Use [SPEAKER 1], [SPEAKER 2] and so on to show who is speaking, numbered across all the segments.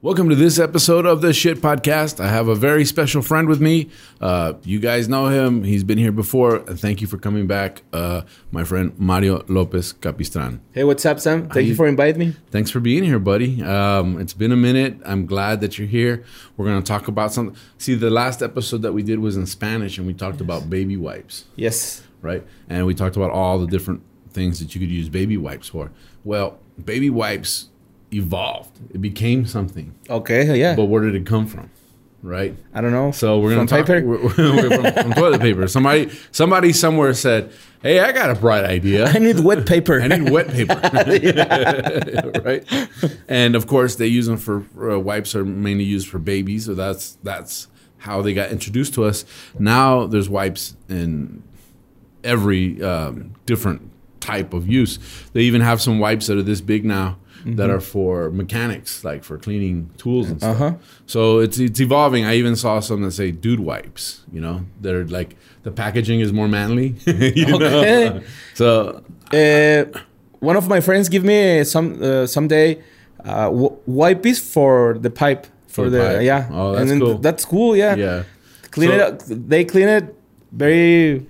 [SPEAKER 1] Welcome to this episode of the Shit Podcast. I have a very special friend with me. Uh, you guys know him. He's been here before. Thank you for coming back, uh, my friend Mario Lopez Capistran.
[SPEAKER 2] Hey, what's up, Sam? Thank you
[SPEAKER 1] you-
[SPEAKER 2] for inviting me.
[SPEAKER 1] Thanks for being here, buddy. Um, it's been a minute. I'm glad that you're here. We're going to talk about something. See, the last episode that we did was in Spanish, and we talked about baby wipes
[SPEAKER 2] Yes.
[SPEAKER 1] right? And we talked about all the different things that you could use baby wipes for. Well, baby wipes evolved. It became something.
[SPEAKER 2] Okay. Yeah.
[SPEAKER 1] But where did it come from? Right?
[SPEAKER 2] I don't know.
[SPEAKER 1] So we're gonna
[SPEAKER 2] From
[SPEAKER 1] talk
[SPEAKER 2] paper?
[SPEAKER 1] We're, we're from, from toilet paper. Somebody somebody somewhere said, Hey, I got a bright idea.
[SPEAKER 2] I need wet paper.
[SPEAKER 1] I need wet paper, right? And of course, they use them for uh, wipes are mainly used for babies, so that's that's how they got introduced to us. Now there's wipes in every um, different type of use. They even have some wipes that are this big now
[SPEAKER 2] Mm-hmm.
[SPEAKER 1] that are for mechanics, like for cleaning tools and stuff.
[SPEAKER 2] Uh-huh.
[SPEAKER 1] So it's it's evolving. I even saw some that say dude wipes, you know, that are like the packaging is more manly. you know?
[SPEAKER 2] Okay.
[SPEAKER 1] So
[SPEAKER 2] uh, one of my friends give me some uh, someday uh, w- wipes for the pipe for,
[SPEAKER 1] the
[SPEAKER 2] the,
[SPEAKER 1] pipe.
[SPEAKER 2] yeah.
[SPEAKER 1] Oh, that's
[SPEAKER 2] and then
[SPEAKER 1] cool.
[SPEAKER 2] That's cool. Yeah.
[SPEAKER 1] yeah.
[SPEAKER 2] Clean it
[SPEAKER 1] So-
[SPEAKER 2] up. They clean it very,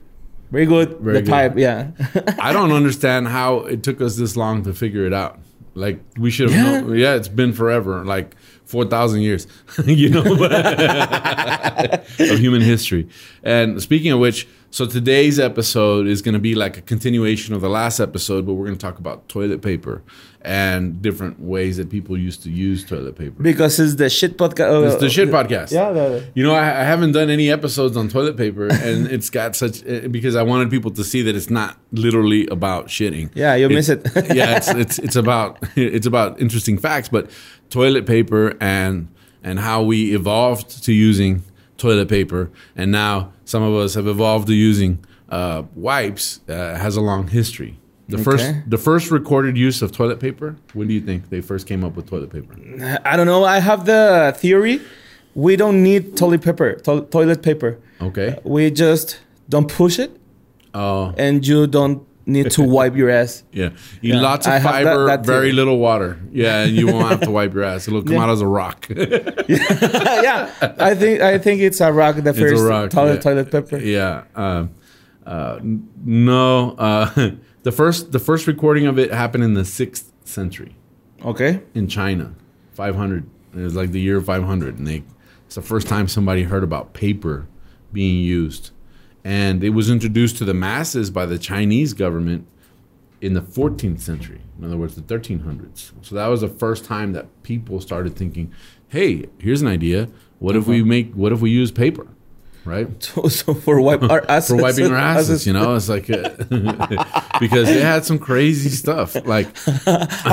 [SPEAKER 2] very good.
[SPEAKER 1] Very
[SPEAKER 2] the
[SPEAKER 1] good.
[SPEAKER 2] pipe. Yeah.
[SPEAKER 1] I don't understand how it took us this long to figure it out. Like we should have
[SPEAKER 2] Yeah.
[SPEAKER 1] known. Yeah, it's been forever, like four thousand years, you know, of human history. And speaking of which, so today's episode is going to be like a continuation of the last episode, but we're going to talk about toilet paper and different ways that people used to use toilet paper.
[SPEAKER 2] because it's the shit podcast.
[SPEAKER 1] It's the shit podcast.
[SPEAKER 2] Uh, Yeah. The,
[SPEAKER 1] You know, I, I haven't done any episodes on toilet paper, and it's got such eh, because I wanted people to see that it's not literally about shitting.
[SPEAKER 2] Yeah, you miss it.
[SPEAKER 1] yeah, it's, it's it's about it's about interesting facts, but toilet paper and and how we evolved to using toilet paper, and now some of us have evolved to using uh, wipes uh, has a long history. The first
[SPEAKER 2] Okay.
[SPEAKER 1] the first recorded use of toilet paper. When do you think they first came up with toilet paper?
[SPEAKER 2] I don't know. I have the theory. We don't need toilet paper. To- toilet paper.
[SPEAKER 1] Okay.
[SPEAKER 2] We just don't push it,
[SPEAKER 1] Oh.
[SPEAKER 2] and you don't need to wipe your ass.
[SPEAKER 1] Yeah. Eat
[SPEAKER 2] Yeah.
[SPEAKER 1] lots of
[SPEAKER 2] I have that-
[SPEAKER 1] fiber,
[SPEAKER 2] that too.
[SPEAKER 1] very little water. Yeah, and you won't have to wipe your ass. It'll come
[SPEAKER 2] Yeah.
[SPEAKER 1] out as a rock.
[SPEAKER 2] yeah, I think I think it's a rock. The
[SPEAKER 1] It's
[SPEAKER 2] first
[SPEAKER 1] a rock.
[SPEAKER 2] toilet
[SPEAKER 1] yeah.
[SPEAKER 2] toilet paper.
[SPEAKER 1] Yeah. Um, uh, n- no. Uh, the first the first recording of it happened in the sixth century
[SPEAKER 2] Okay.
[SPEAKER 1] in China, 500. It was like the year 500, and they it's the first time somebody heard about paper being used, and it was introduced to the masses by the Chinese government in the 14th century. In other words, the 1300s. So that was the first time that people started thinking, "Hey, here's an idea. What if we make? What if we use paper?" Right
[SPEAKER 2] So, so for wipe our asses.
[SPEAKER 1] for wiping our asses, you know, it's like uh because they had some crazy stuff. Like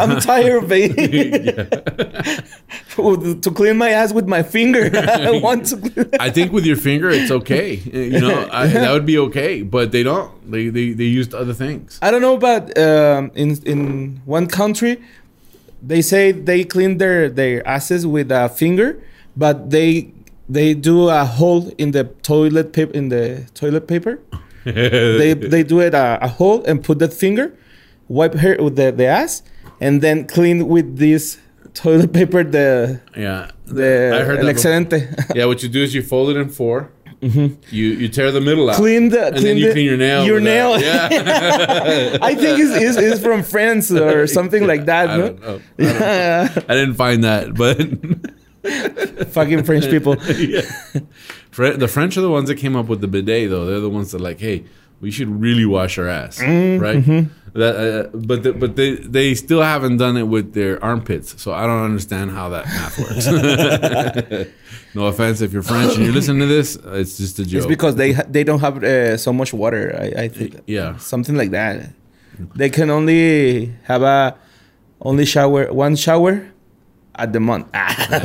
[SPEAKER 2] I'm tired, baby. to clean my ass with my finger. I want to. Clean.
[SPEAKER 1] I think with your finger, it's okay. Uh, You know, I, that would be okay. But they don't. They they, they used other things.
[SPEAKER 2] I don't know, but um, in in one country, they say they clean their their asses with a finger, but they they do a hole in the toilet paper in the toilet paper. they they do it a, a hole and put that finger, wipe her with the, the ass, and then clean with this toilet paper the
[SPEAKER 1] Yeah,
[SPEAKER 2] the
[SPEAKER 1] I heard
[SPEAKER 2] el
[SPEAKER 1] that. before.
[SPEAKER 2] excedente.
[SPEAKER 1] Yeah, what you do is you fold it in 4 You you tear the middle out.
[SPEAKER 2] Mm-hmm. clean the
[SPEAKER 1] and
[SPEAKER 2] clean
[SPEAKER 1] then you
[SPEAKER 2] the,
[SPEAKER 1] clean your nail.
[SPEAKER 2] Your
[SPEAKER 1] with
[SPEAKER 2] nail.
[SPEAKER 1] that. Yeah.
[SPEAKER 2] I think it's, it's, it's from France or something like that.
[SPEAKER 1] I
[SPEAKER 2] no?
[SPEAKER 1] don't know. I, don't know. I didn't find that, but
[SPEAKER 2] Fucking French people.
[SPEAKER 1] Fre- the French are the ones that came up with the bidet, though. They're the ones that like, hey, we should really wash our ass, right? That, uh, but the, but they they still haven't done it with their armpits, so I don't understand how that math works. no offense if you're French and you're listening to this, uh, it's just a joke.
[SPEAKER 2] It's because they ha- they don't have uh, so much water. I, I think
[SPEAKER 1] yeah,
[SPEAKER 2] something like that. They can only have a only shower one shower at the month. Ah.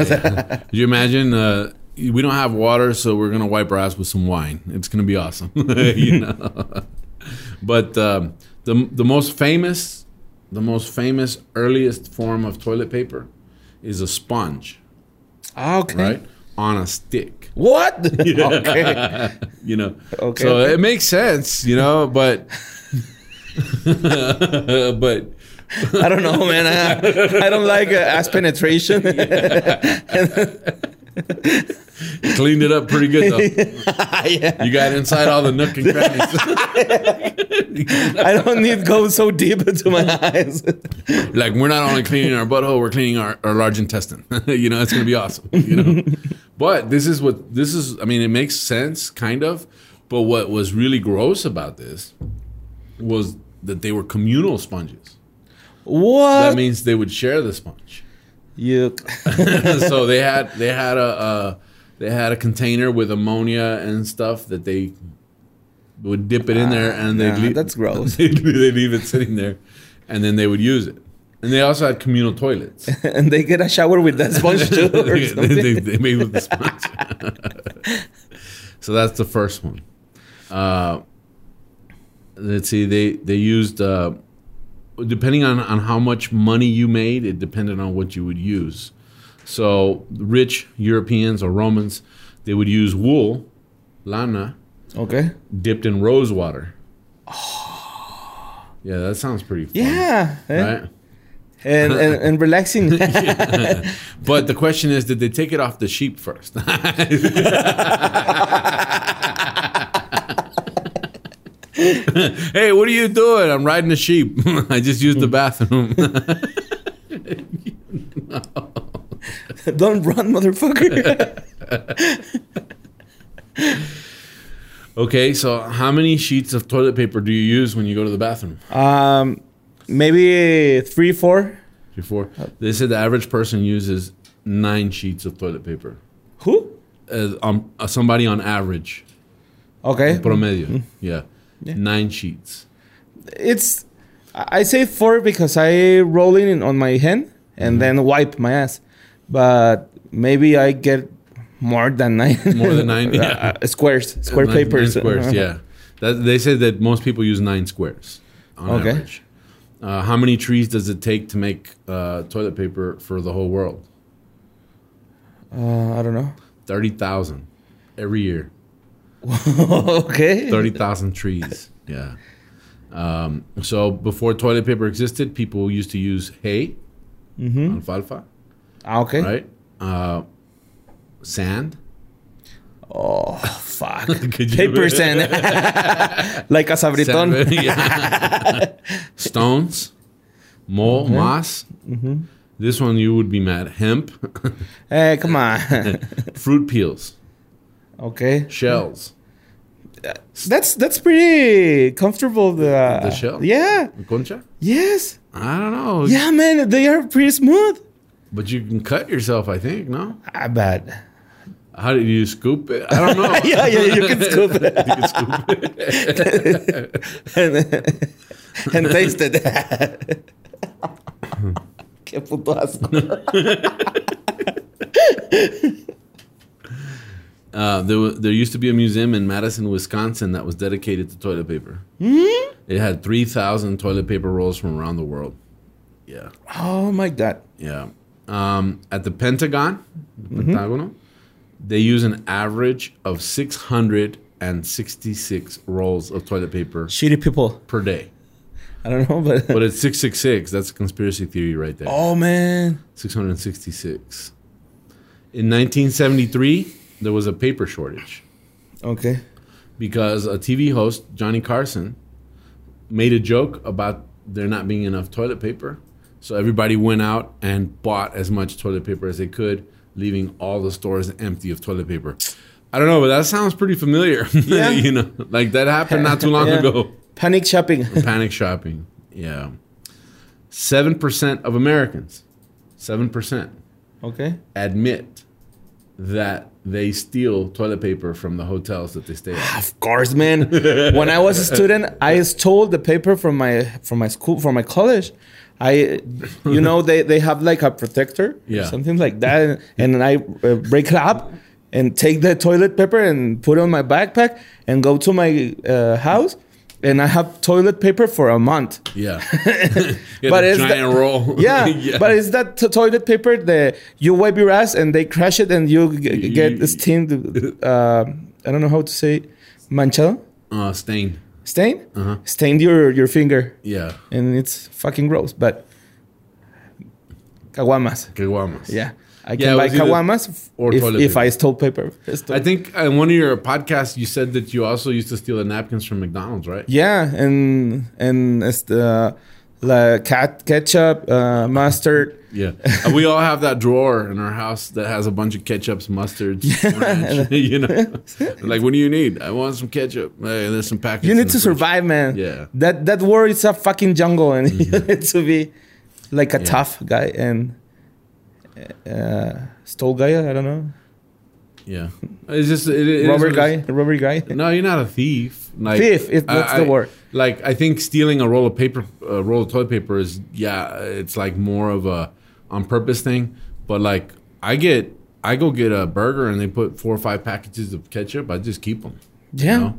[SPEAKER 1] Could you imagine uh, we don't have water, so we're gonna wipe our ass with some wine. It's gonna be awesome, you know. but um, the the most famous, the most famous earliest form of toilet paper is a sponge,
[SPEAKER 2] Okay.
[SPEAKER 1] right, on a stick.
[SPEAKER 2] What? okay.
[SPEAKER 1] you know,
[SPEAKER 2] Okay,
[SPEAKER 1] so
[SPEAKER 2] okay.
[SPEAKER 1] it makes sense, you know, but but
[SPEAKER 2] I don't know, man. I, I don't like uh, ass penetration.
[SPEAKER 1] cleaned it up pretty good though.
[SPEAKER 2] yeah.
[SPEAKER 1] You got inside all the nook and crannies.
[SPEAKER 2] I don't need go so deep into my eyes.
[SPEAKER 1] like we're not only cleaning our butthole, we're cleaning our, our large intestine. you know, it's gonna be awesome. You know, but this is what this is. I mean, it makes sense, kind of. But what was really gross about this was that they were communal sponges. That
[SPEAKER 2] what?
[SPEAKER 1] means they would share the sponge.
[SPEAKER 2] you.
[SPEAKER 1] so they had they had a uh, they had a container with ammonia and stuff that they would dip it in there and they
[SPEAKER 2] Ah, nah,
[SPEAKER 1] would
[SPEAKER 2] that's gross.
[SPEAKER 1] they leave it sitting there, and then they would use it. And they also had communal toilets.
[SPEAKER 2] and they get a shower with that sponge too, or
[SPEAKER 1] they,
[SPEAKER 2] something.
[SPEAKER 1] they, they made with the sponge. so that's the first one. Uh, let's see. They they used uh, depending on on how much money you made, it depended on what you would use. So rich Europeans or Romans, they would use wool, lana,
[SPEAKER 2] Okay.
[SPEAKER 1] dipped in rose water. Yeah, that sounds pretty fun.
[SPEAKER 2] Oh. Yeah. eh?
[SPEAKER 1] Right?
[SPEAKER 2] And, and and relaxing.
[SPEAKER 1] But the question is, did they take it off the sheep first? hey, what are you doing? I'm riding a sheep. I just used the bathroom.
[SPEAKER 2] don't run, motherfucker.
[SPEAKER 1] okay, so how many sheets of toilet paper do you use when you go to the bathroom?
[SPEAKER 2] um, maybe three, four.
[SPEAKER 1] Before they said the average person uses nine sheets of toilet paper.
[SPEAKER 2] Who?
[SPEAKER 1] Uh, um, uh, somebody on average,
[SPEAKER 2] Okay.
[SPEAKER 1] promedio, yeah,
[SPEAKER 2] Mm-hmm. Yeah.
[SPEAKER 1] nine sheets.
[SPEAKER 2] It's. I I say four because I roll in in- on my hand and
[SPEAKER 1] Mm-hmm.
[SPEAKER 2] then wipe my ass, but maybe I get more than nine.
[SPEAKER 1] More than nine,
[SPEAKER 2] Uh, squares, square
[SPEAKER 1] Nine-
[SPEAKER 2] papers.
[SPEAKER 1] Nine squares, yeah. That, they said that most people use nine squares on
[SPEAKER 2] Okay.
[SPEAKER 1] average. Uh, how many trees does it take to make uh, toilet paper for the whole world?
[SPEAKER 2] Uh, I don't know.
[SPEAKER 1] Thirty thousand every year.
[SPEAKER 2] okay.
[SPEAKER 1] Thirty thousand trees. Yeah. Um, so before toilet paper existed, people used to use hay,
[SPEAKER 2] Mm-hmm.
[SPEAKER 1] alfalfa,
[SPEAKER 2] Ah, Okay.
[SPEAKER 1] right? Uh, sand.
[SPEAKER 2] Oh fuck.
[SPEAKER 1] Could you-
[SPEAKER 2] Paper sand. like a
[SPEAKER 1] Sand-
[SPEAKER 2] sabritón.
[SPEAKER 1] Yeah. Stones, mole, moss.
[SPEAKER 2] Mm-hmm.
[SPEAKER 1] This one you would be mad. Hemp,
[SPEAKER 2] Hey, Eh, come on.
[SPEAKER 1] fruit peels,
[SPEAKER 2] okay.
[SPEAKER 1] shells.
[SPEAKER 2] That's that's pretty comfortable. The,
[SPEAKER 1] The shell?
[SPEAKER 2] Yeah.
[SPEAKER 1] Concha?
[SPEAKER 2] Yes.
[SPEAKER 1] I don't know.
[SPEAKER 2] Yeah, man. They are pretty smooth.
[SPEAKER 1] But you can cut yourself, I think, no?
[SPEAKER 2] I bet.
[SPEAKER 1] How did you scoop it? I don't know.
[SPEAKER 2] Yeah, yeah, you can scoop it.
[SPEAKER 1] you can scoop it.
[SPEAKER 2] and, and taste it. Qué puto asco.
[SPEAKER 1] Uh, there, wa- there used to be a museum in Madison, Wisconsin that was dedicated to toilet paper.
[SPEAKER 2] Hmm?
[SPEAKER 1] It had 3,000 toilet paper rolls from around the world. Yeah.
[SPEAKER 2] Oh my god.
[SPEAKER 1] Yeah. Um, at the Pentagon, the Pentagon, they use an average of 666 rolls of toilet paper
[SPEAKER 2] Shitty people.
[SPEAKER 1] per day.
[SPEAKER 2] I don't know, but,
[SPEAKER 1] But it's 666. That's a conspiracy theory right there.
[SPEAKER 2] oh man.
[SPEAKER 1] 666. In 1973, there was a paper shortage
[SPEAKER 2] Okay.
[SPEAKER 1] because a TV host, Johnny Carson, made a joke about there not being enough toilet paper. So everybody went out and bought as much toilet paper as they could, leaving all the stores empty of toilet paper. I don't know, but that sounds pretty familiar.
[SPEAKER 2] Yeah.
[SPEAKER 1] you know, like that happened not too long
[SPEAKER 2] Yeah.
[SPEAKER 1] ago.
[SPEAKER 2] Panic shopping.
[SPEAKER 1] Panic shopping. Yeah. 7% of Americans, 7%
[SPEAKER 2] okay.
[SPEAKER 1] admit that they steal toilet paper from the hotels that they stay at.
[SPEAKER 2] Of course, man. when I was a student, I stole the paper from my from my school from my college. I, you know, they, they have like a protector, or
[SPEAKER 1] Yeah.
[SPEAKER 2] something like that, and I uh, break it up, and take the toilet paper and put it on my backpack and go to my uh, house. And I have toilet paper for a month.
[SPEAKER 1] Yeah.
[SPEAKER 2] But
[SPEAKER 1] but
[SPEAKER 2] it's
[SPEAKER 1] it's giant
[SPEAKER 2] the-
[SPEAKER 1] roll.
[SPEAKER 2] Yeah, but it's that t- toilet paper that you wipe your ass and they crush it and you g- get steamed. Uh, I don't know how to say it. manchado
[SPEAKER 1] uh, stained.
[SPEAKER 2] stain
[SPEAKER 1] Uh-huh.
[SPEAKER 2] stained your your finger
[SPEAKER 1] Yeah.
[SPEAKER 2] and it's fucking gross. But caguamas,
[SPEAKER 1] Caguamas.
[SPEAKER 2] yeah, I
[SPEAKER 1] Yeah,
[SPEAKER 2] can
[SPEAKER 1] it
[SPEAKER 2] buy
[SPEAKER 1] was either-
[SPEAKER 2] caguamas
[SPEAKER 1] or
[SPEAKER 2] if,
[SPEAKER 1] toilet
[SPEAKER 2] if
[SPEAKER 1] paper.
[SPEAKER 2] I stole paper.
[SPEAKER 1] I think on one of your podcasts you said that you also used to steal the napkins from McDonald's, right?
[SPEAKER 2] Yeah, and and it's the la cat ketchup, uh, mustard,
[SPEAKER 1] Yeah. And we all have that drawer in our house that has a bunch of ketchups, mustards, ranch, you know. like, what do you need? I want some ketchup. Hey, there's some packets.
[SPEAKER 2] You
[SPEAKER 1] in
[SPEAKER 2] need
[SPEAKER 1] the
[SPEAKER 2] to
[SPEAKER 1] fridge.
[SPEAKER 2] survive, man.
[SPEAKER 1] Yeah. Mm-hmm.
[SPEAKER 2] That that war is a fucking jungle, and you need to be like a tough guy and uh, stole guy. I don't know,
[SPEAKER 1] Yeah. It's just it, it is
[SPEAKER 2] robber
[SPEAKER 1] what it is.
[SPEAKER 2] guy, robber guy.
[SPEAKER 1] No, you're not a thief. Like,
[SPEAKER 2] Thief, if that's
[SPEAKER 1] I-
[SPEAKER 2] the
[SPEAKER 1] I-
[SPEAKER 2] word.
[SPEAKER 1] Like I think stealing a roll of paper, a roll of toilet paper is yeah, it's like more of a on purpose thing. But like I get, I go get a burger and they put four or five packages of ketchup. I just keep them.
[SPEAKER 2] Yeah.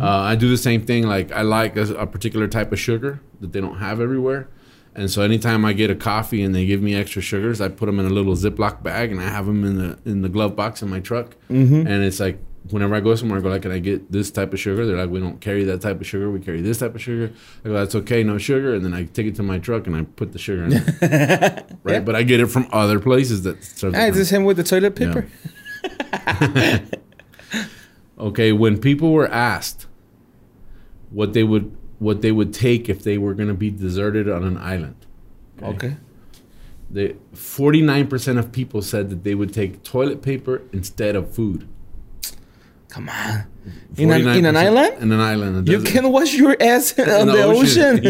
[SPEAKER 1] Uh, I do the same thing. Like I like a, a particular type of sugar that they don't have everywhere. And so anytime I get a coffee and they give me extra sugars, I put them in a little Ziploc bag and I have them in the in the glove box in my truck. And it's like whenever I go somewhere, I go like, "Can I get this type of sugar?" They're like, "We don't carry that type of sugar. We carry this type of sugar." I go, "That's okay, no sugar." And then I take it to my truck and I put the sugar in, it. right? But I get it from other places that serve.
[SPEAKER 2] Ah, it's the same with the toilet paper.
[SPEAKER 1] Okay, when people were asked what they would what they would take if they were going to be deserted on an island,
[SPEAKER 2] Okay.
[SPEAKER 1] they 49% of people said that they would take toilet paper instead of food.
[SPEAKER 2] Come on. In an, in an
[SPEAKER 1] 49%
[SPEAKER 2] island,
[SPEAKER 1] In an island. a
[SPEAKER 2] you
[SPEAKER 1] desert.
[SPEAKER 2] can wash your ass on
[SPEAKER 1] In
[SPEAKER 2] the, ocean.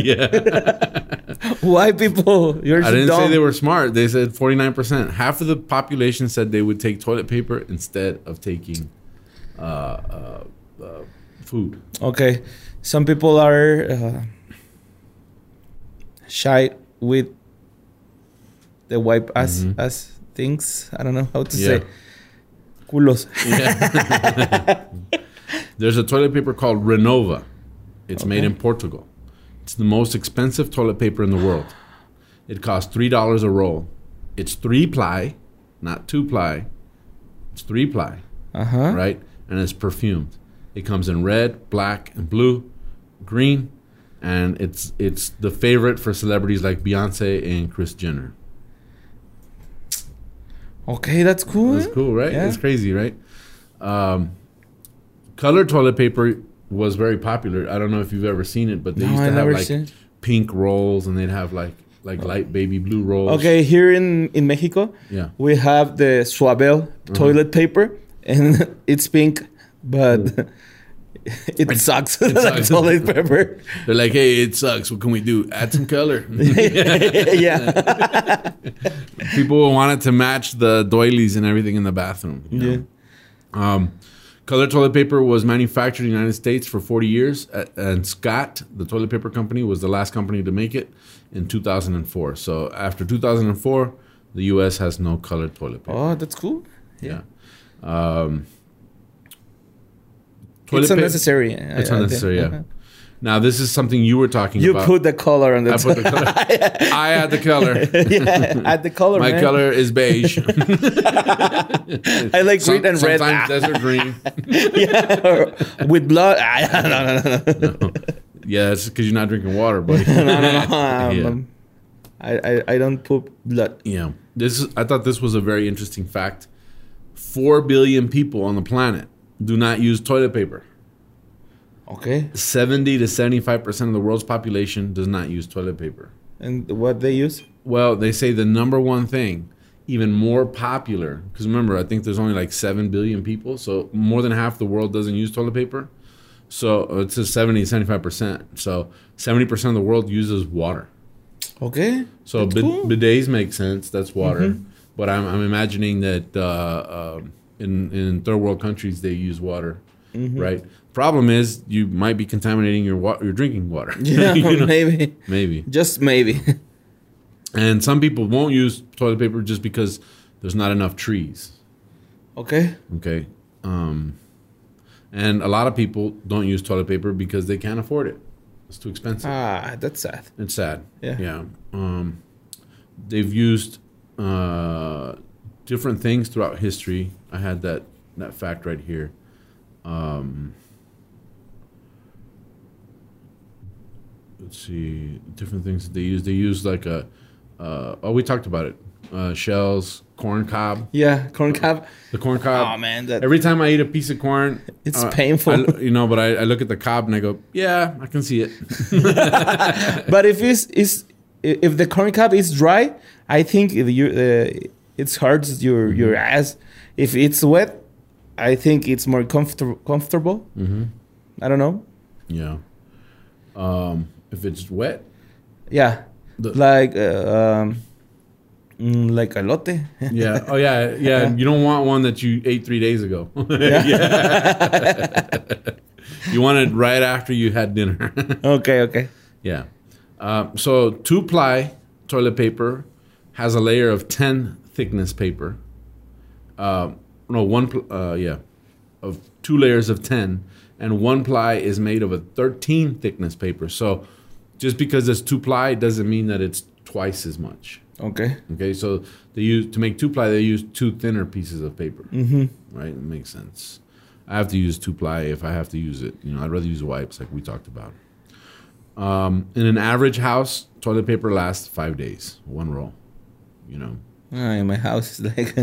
[SPEAKER 1] Yeah.
[SPEAKER 2] Why, people? You're
[SPEAKER 1] I didn't
[SPEAKER 2] dumb.
[SPEAKER 1] say they were smart. They said 49%. Half of the population said they would take toilet paper instead of taking uh, uh, uh, food.
[SPEAKER 2] Okay. Some people are uh, shy with the wipe as as things. I don't know how to
[SPEAKER 1] Mm-hmm. Yeah.
[SPEAKER 2] say. Culos.
[SPEAKER 1] Yeah. There's a toilet paper called Renova. It's made
[SPEAKER 2] Okay.
[SPEAKER 1] in Portugal. It's the most expensive toilet paper in the world. It costs three dollars a roll. It's three ply, not two ply. It's three ply,
[SPEAKER 2] Uh huh.
[SPEAKER 1] right? And it's perfumed. It comes in red, black, and blue, green, and it's it's the favorite for celebrities like Beyonce and Chris Jenner.
[SPEAKER 2] Okay, that's cool.
[SPEAKER 1] That's cool, right?
[SPEAKER 2] Mm-hmm. Yeah.
[SPEAKER 1] It's crazy, right? Um, colored toilet paper was very popular. I don't know if you've ever seen it, but they
[SPEAKER 2] No,
[SPEAKER 1] used to
[SPEAKER 2] I
[SPEAKER 1] have
[SPEAKER 2] never
[SPEAKER 1] like
[SPEAKER 2] seen it. Oh.
[SPEAKER 1] pink rolls, and they'd have like like light baby blue rolls.
[SPEAKER 2] Okay, here in in Mexico,
[SPEAKER 1] Yeah.
[SPEAKER 2] we have the Suabel
[SPEAKER 1] Mm-hmm.
[SPEAKER 2] toilet paper, and it's pink, but
[SPEAKER 1] Mm.
[SPEAKER 2] it sucks like
[SPEAKER 1] sucks.
[SPEAKER 2] toilet paper.
[SPEAKER 1] They're like, hey, it sucks. What can we do? Add some color.
[SPEAKER 2] yeah.
[SPEAKER 1] People wanted to match the doilies and everything in the bathroom. you know?
[SPEAKER 2] yeah.
[SPEAKER 1] Um, colored toilet paper was manufactured in the United States for 40 years, a- and Scott, the toilet paper company, was the last company to make it in 2004. So after 2004, the U.S. has no colored toilet paper.
[SPEAKER 2] Oh, that's cool.
[SPEAKER 1] yeah. Um, toilet
[SPEAKER 2] it's
[SPEAKER 1] pa-
[SPEAKER 2] unnecessary.
[SPEAKER 1] It's unnecessary. Yeah. Now this is something you were talking
[SPEAKER 2] You
[SPEAKER 1] about.
[SPEAKER 2] put the color on the
[SPEAKER 1] I put the color. I add the color.
[SPEAKER 2] yeah, add the color.
[SPEAKER 1] My
[SPEAKER 2] man.
[SPEAKER 1] color is beige.
[SPEAKER 2] I like green and red. Ah.
[SPEAKER 1] Sometimes desert green.
[SPEAKER 2] yeah, or with blood. Ah, no, no, no, no.
[SPEAKER 1] Yeah, it's because you're not drinking water, buddy.
[SPEAKER 2] Um,
[SPEAKER 1] Yeah.
[SPEAKER 2] um, I, I, I don't poop blood.
[SPEAKER 1] Yeah. This is, I thought this was a very interesting fact. 4 billion people on the planet do not use toilet paper.
[SPEAKER 2] Okay.
[SPEAKER 1] 70 to 75% of the world's population does not use toilet paper.
[SPEAKER 2] And what they use?
[SPEAKER 1] Well, they say the number one thing, even more popular, because remember, I think there's only like 7 billion people. So more than half the world doesn't use toilet paper. So uh, it says 70, 75%. So 70% of the world uses water.
[SPEAKER 2] Okay.
[SPEAKER 1] So
[SPEAKER 2] That's
[SPEAKER 1] bid-
[SPEAKER 2] cool. Mm-hmm.
[SPEAKER 1] bidets make sense. That's water. But I'm, I'm imagining that uh, um in in third world countries they use water,
[SPEAKER 2] Mm-hmm.
[SPEAKER 1] right? Problem is you might be contaminating your wa- your drinking water.
[SPEAKER 2] Yeah,
[SPEAKER 1] You know?
[SPEAKER 2] maybe.
[SPEAKER 1] Maybe.
[SPEAKER 2] Just maybe.
[SPEAKER 1] And some people won't use toilet paper just because there's not enough trees.
[SPEAKER 2] Okay.
[SPEAKER 1] Okay. Um, and a lot of people don't use toilet paper because they can't afford it. It's too expensive.
[SPEAKER 2] Ah, that's sad.
[SPEAKER 1] it's sad.
[SPEAKER 2] yeah.
[SPEAKER 1] Yeah. Um, they've used uh, different things throughout history. I had that that fact right here. Um, let's see different things that they use. They use like a uh, oh we talked about it uh, shells corn cob
[SPEAKER 2] Yeah, corn cob.
[SPEAKER 1] the corn cob
[SPEAKER 2] Oh man, that
[SPEAKER 1] Um, Every time I eat a piece of corn, uh,
[SPEAKER 2] It's painful.
[SPEAKER 1] I- you know, but I, I look at the cob and I go, "Yeah, I can see it."
[SPEAKER 2] but if it's, it's i- if the corn cob is dry, I think if you uh, it hurts your
[SPEAKER 1] Mm-hmm.
[SPEAKER 2] your ass. If it's wet, I think it's more comfortable. Comfortable.
[SPEAKER 1] Mm-hmm.
[SPEAKER 2] I don't know.
[SPEAKER 1] yeah. Um, if it's wet,
[SPEAKER 2] Yeah,
[SPEAKER 1] The-
[SPEAKER 2] like uh, um, mm, like a lotte.
[SPEAKER 1] yeah. Oh yeah, yeah. You don't want one that you ate three days ago. you want it right after you had dinner.
[SPEAKER 2] okay, okay.
[SPEAKER 1] yeah. Um, so two ply toilet paper has a layer of ten thickness paper. Um, no one. Pl- uh, yeah, of two layers of ten, and one ply is made of a thirteen thickness paper. So just because it's two ply doesn't mean that it's twice as much.
[SPEAKER 2] Okay.
[SPEAKER 1] Okay, so they use to make two ply. They use two thinner pieces of paper. Mm-hmm. Right, it makes sense. I have to use two ply if I have to use it. You know, I'd rather use wipes, like we talked about. Um, in an average house, toilet paper lasts five days, one roll. You know,
[SPEAKER 2] Ah, in my house, it's like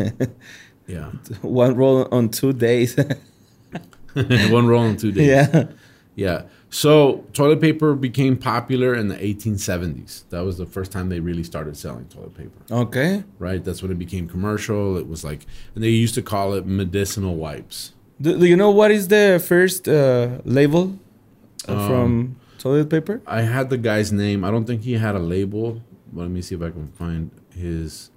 [SPEAKER 1] yeah,
[SPEAKER 2] one roll on two days.
[SPEAKER 1] one roll in two days.
[SPEAKER 2] yeah.
[SPEAKER 1] Yeah. So toilet paper became popular in the 1870s. That was the first time they really started selling toilet paper.
[SPEAKER 2] Okay.
[SPEAKER 1] Right, that's when it became commercial. It was like, and they used to call it medicinal wipes.
[SPEAKER 2] Do, do you know what is the first uh, label uh,
[SPEAKER 1] Um,
[SPEAKER 2] from toilet paper?
[SPEAKER 1] I had the guy's name. I don't think he had a label. But let me see if I can find his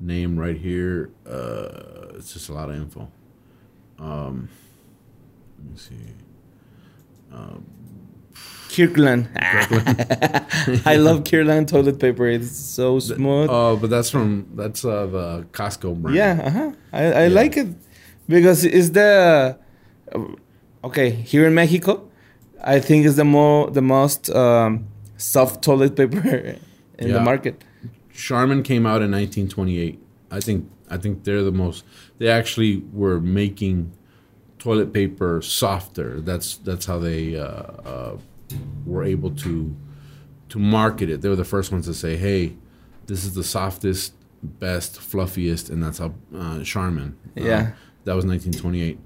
[SPEAKER 1] name right here. Uh, it's just a lot of info. Um, let me see.
[SPEAKER 2] Kirkland. I love Kirkland toilet paper. It's so smooth.
[SPEAKER 1] Oh, but that's from that's uh, the Costco brand.
[SPEAKER 2] yeah, uh-huh. I, I like it because it's the uh, okay here in Mexico. I think it's the more the most um, soft toilet paper in the
[SPEAKER 1] Yeah.
[SPEAKER 2] market.
[SPEAKER 1] Charmin came out in 1928. I think I think they're the most. They actually were making toilet paper softer. That's that's how they uh, uh, were able to to market it. They were the first ones to say, "Hey, this is the softest, best, fluffiest," and that's how uh, Charmin. uh,
[SPEAKER 2] Yeah.
[SPEAKER 1] that was 1928.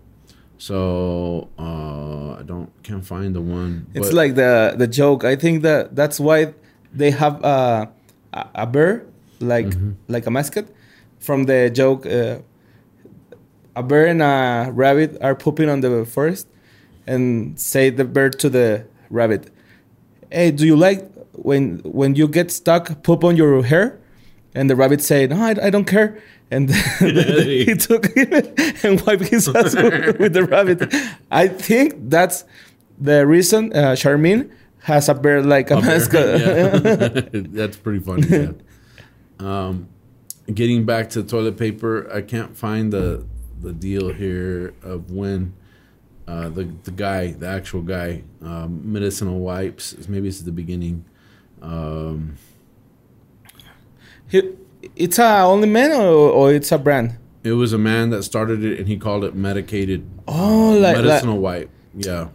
[SPEAKER 1] So uh, I don't can't find the one.
[SPEAKER 2] It's
[SPEAKER 1] but-
[SPEAKER 2] like the the joke. I think that that's why they have uh, a a bear like like a mascot from the joke. Uh, a bear and a rabbit are pooping on the forest, and say the bear to the rabbit, "Hey, do you like when when you get stuck poop on your hair?" And the rabbit said, "No, I, I don't care." And he took it and wiped his ass with, with the rabbit. I think that's the reason uh, Charmin has a bear like a, mascot.
[SPEAKER 1] Yeah. That's pretty funny. Yeah. Um, getting back to toilet paper, I can't find the the deal here of when uh, the the guy, the actual guy, um, medicinal wipes. is- Maybe it's the beginning. Um,
[SPEAKER 2] He- it's a only man or, or it's a brand?
[SPEAKER 1] it was a man that started it, and he called it medicated
[SPEAKER 2] Oh, like like,
[SPEAKER 1] medicinal wipe. Yeah,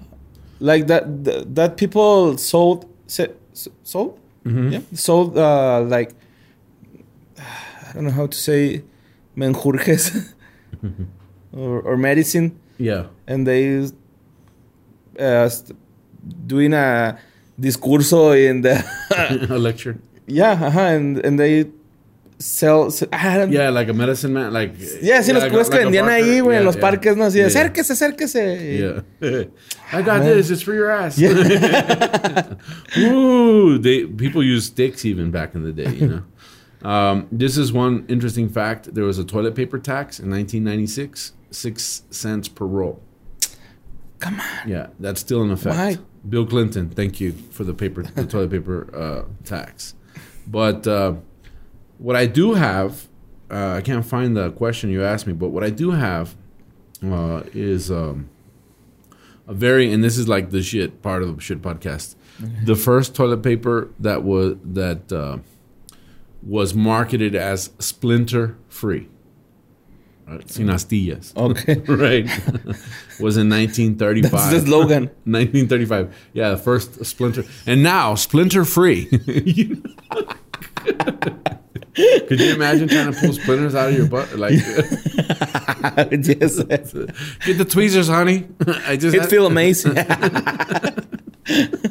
[SPEAKER 2] like that, that that people sold se- s- sold yeah sold uh, like I don't know how to say menjurjes or, or medicine.
[SPEAKER 1] yeah,
[SPEAKER 2] and they uh, st- doing a discurso in the
[SPEAKER 1] a lecture.
[SPEAKER 2] yeah uh-huh, and and they sell s- I don't-
[SPEAKER 1] Yeah, like a medicine man. Like
[SPEAKER 2] yeah, sí, los
[SPEAKER 1] like a-
[SPEAKER 2] cues que
[SPEAKER 1] like a
[SPEAKER 2] vendían ahí,
[SPEAKER 1] barker.
[SPEAKER 2] güey, en
[SPEAKER 1] Yeah,
[SPEAKER 2] los
[SPEAKER 1] yeah.
[SPEAKER 2] parques, ¿no? Así,
[SPEAKER 1] Yeah.
[SPEAKER 2] acérquese, acérquese.
[SPEAKER 1] Yeah. I got this. It's for your ass. Ooh, they people use sticks even back in the day, you know. Um, this is one interesting fact. There was a toilet paper tax in 1996, six cents per roll.
[SPEAKER 2] Come on.
[SPEAKER 1] Yeah, that's still in effect.
[SPEAKER 2] Why?
[SPEAKER 1] Bill Clinton, thank you for the paper, the toilet paper uh, tax. But uh, what I do have, uh, I can't find the question you asked me, but what I do have uh, is um, a very and this is like the shit part of the shit podcast. The first toilet paper that was that uh, was marketed as splinter free, right? sin astillas,
[SPEAKER 2] Okay.
[SPEAKER 1] right? was in 1935.
[SPEAKER 2] That's the slogan.
[SPEAKER 1] 1935. Yeah, the first splinter, and now splinter free. Could you imagine trying to pull splinters out of your butt? Like,
[SPEAKER 2] yes.
[SPEAKER 1] get the tweezers, honey. I just
[SPEAKER 2] It
[SPEAKER 1] had-
[SPEAKER 2] feel amazing.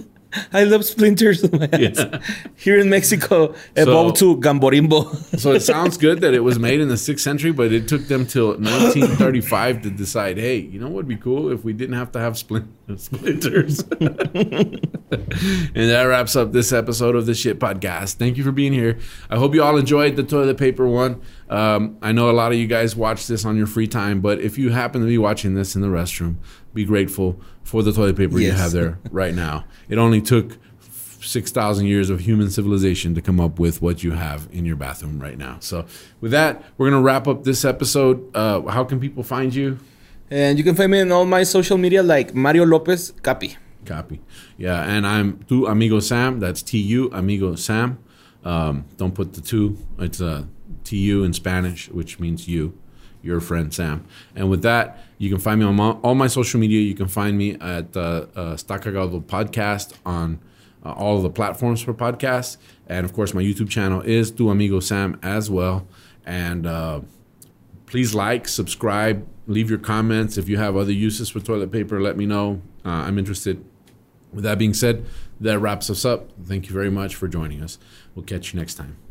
[SPEAKER 2] I love splinters on my ass.
[SPEAKER 1] Yeah.
[SPEAKER 2] Here in Mexico, evolved to gamborimbo.
[SPEAKER 1] So it sounds good that it was made in the sixth century, but it took them till 1935 to decide. Hey, you know what would be cool if we didn't have to have splin- splinters. and that wraps up this episode of the Shit Podcast. Thank you for being here. I hope you all enjoyed the toilet paper one. Um, I know a lot of you guys watch this on your free time, but if you happen to be watching this in the restroom, be grateful for the toilet paper you
[SPEAKER 2] Yes.
[SPEAKER 1] have there right now. It only took. 6,000 years of human civilization to come up with what you have in your bathroom right now. So, with that, we're going to wrap up this episode. Uh, how can people find you?
[SPEAKER 2] and you can find me on all my social media like Mario Lopez Capi.
[SPEAKER 1] Copy. Yeah, and I'm Tu Amigo Sam. That's T U Amigo Sam. Um, don't put the two. It's uh, T U in Spanish, which means you, your friend Sam. And with that, you can find me on my, all my social media. You can find me at uh, uh, Stacagado Podcast on uh, all of the platforms for podcasts. And of course, my YouTube channel is Tu Amigo Sam as well. And uh, please like, subscribe, leave your comments. If you have other uses for toilet paper, let me know. Uh, I'm interested. With that being said, that wraps us up. Thank you very much for joining us. We'll catch you next time.